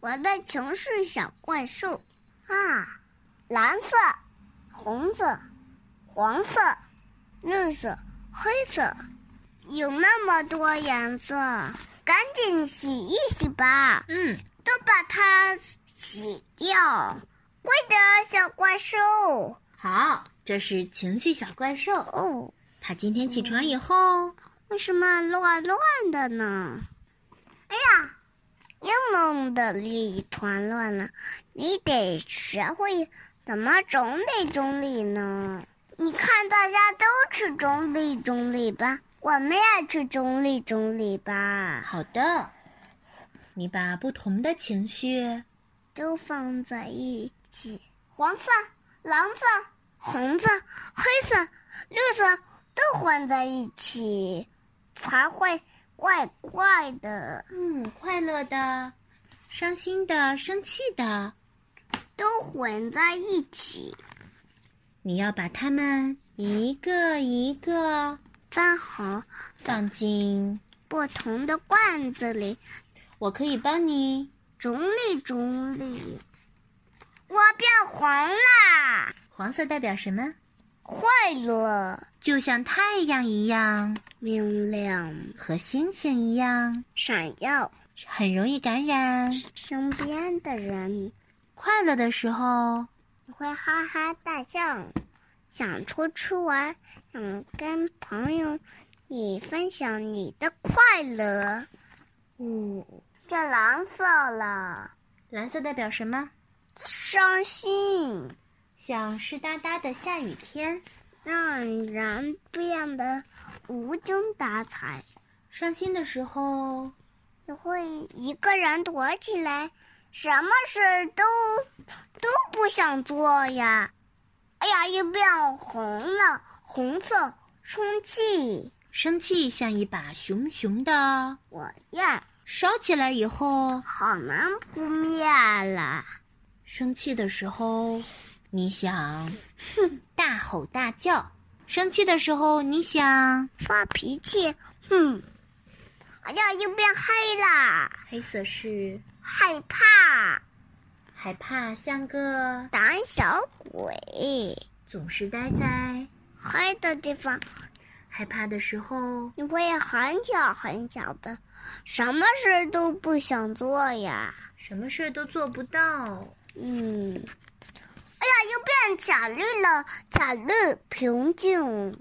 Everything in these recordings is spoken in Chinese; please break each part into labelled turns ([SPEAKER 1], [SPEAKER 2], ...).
[SPEAKER 1] 我的情是小怪兽啊！蓝色、红色、黄色、绿色、黑色，有那么多颜色，赶紧洗一洗吧，
[SPEAKER 2] 嗯，
[SPEAKER 1] 都把它洗掉。快点，小怪兽！
[SPEAKER 2] 好，这是情绪小怪兽。
[SPEAKER 1] 哦，
[SPEAKER 2] 它今天起床以后，
[SPEAKER 1] 为什么乱乱的呢？哎呀，又弄得一团乱了。你得学会怎么整理整理呢？你看大家都吃整理整理吧，我们也吃整理整理吧，
[SPEAKER 2] 好的，你把不同的情绪，
[SPEAKER 1] 都放在一起。黄色、蓝色、红色、黑色、绿色都混在一起，才会怪怪的。
[SPEAKER 2] 嗯，快乐的、伤心的、生气的，
[SPEAKER 1] 都混在一起，
[SPEAKER 2] 你要把它们一个一个
[SPEAKER 1] 放好
[SPEAKER 2] 放进。
[SPEAKER 1] 不同的罐子里，
[SPEAKER 2] 我可以帮你。
[SPEAKER 1] 整理整理。我变黄啦，
[SPEAKER 2] 黄色代表什么？
[SPEAKER 1] 快乐、
[SPEAKER 2] 就像太阳一样，
[SPEAKER 1] 明亮、
[SPEAKER 2] 和星星一样，
[SPEAKER 1] 闪耀，
[SPEAKER 2] 很容易感染。
[SPEAKER 1] 身边的人
[SPEAKER 2] 快乐的时候，
[SPEAKER 1] 会哈哈大笑，想出去玩，想跟朋友你分享你的快乐。嗯，这蓝色了，
[SPEAKER 2] 蓝色代表什么？
[SPEAKER 1] 伤心。
[SPEAKER 2] 像湿哒哒的下雨天，
[SPEAKER 1] 让人变得无精打采，
[SPEAKER 2] 伤心的时候，
[SPEAKER 1] 你会一个人躲起来，什么事都都不想做呀。哎呀，又变红了，红色充气，
[SPEAKER 2] 生气像一把熊熊的
[SPEAKER 1] 火焰
[SPEAKER 2] 烧起来以后，
[SPEAKER 1] 好难扑灭了。
[SPEAKER 2] 生气的时候，你想大吼大叫；生气的时候，你想
[SPEAKER 1] 发脾气，哼！哎呀，又变黑了，
[SPEAKER 2] 黑色是
[SPEAKER 1] 害怕，
[SPEAKER 2] 害怕，像个
[SPEAKER 1] 胆小鬼，
[SPEAKER 2] 总是待在
[SPEAKER 1] 黑的地方
[SPEAKER 2] 害怕的时候，
[SPEAKER 1] 你会很小很小的，什么事都不想做呀。
[SPEAKER 2] 什么事都做不到。
[SPEAKER 1] 嗯，哎呀，又变浅绿了，浅绿平静，安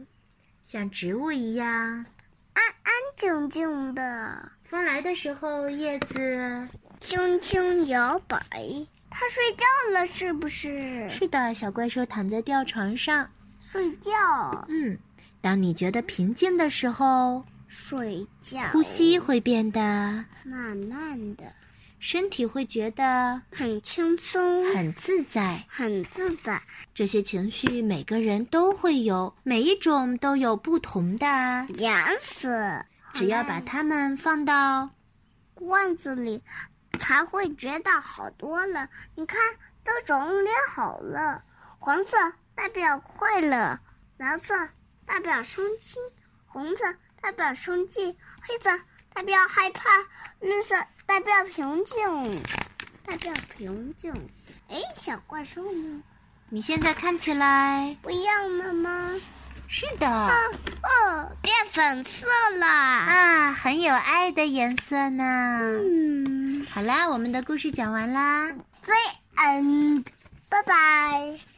[SPEAKER 2] 像植物一样，
[SPEAKER 1] 安静静的，
[SPEAKER 2] 风来的时候，叶子。
[SPEAKER 1] 轻轻摇摆。它睡觉了是不是？
[SPEAKER 2] 是的，小怪兽躺在吊床上。
[SPEAKER 1] 睡觉，
[SPEAKER 2] 嗯，当你觉得平静的时候，
[SPEAKER 1] 睡觉，
[SPEAKER 2] 呼吸会变得，
[SPEAKER 1] 慢慢的，
[SPEAKER 2] 身体会觉得
[SPEAKER 1] 很轻松，
[SPEAKER 2] 很自在。
[SPEAKER 1] 很自在。
[SPEAKER 2] 这些情绪每个人都会有，每一种都有不同的。
[SPEAKER 1] 颜色，
[SPEAKER 2] 只要把它们放到，
[SPEAKER 1] 罐子里，才会觉得好多了。你看，都整理好了。黄色代表快乐，蓝色代表伤心，红色代表生气，黑色代表害怕，绿色代表平静，代表平静。哎，小怪兽呢？
[SPEAKER 2] 你现在看起来
[SPEAKER 1] 不一样了吗？
[SPEAKER 2] 是的
[SPEAKER 1] 啊哦，变粉色了。
[SPEAKER 2] 啊，很有爱的颜色呢。
[SPEAKER 1] 嗯
[SPEAKER 2] 好啦，我们的故事讲完啦。
[SPEAKER 1] ，The end，拜拜。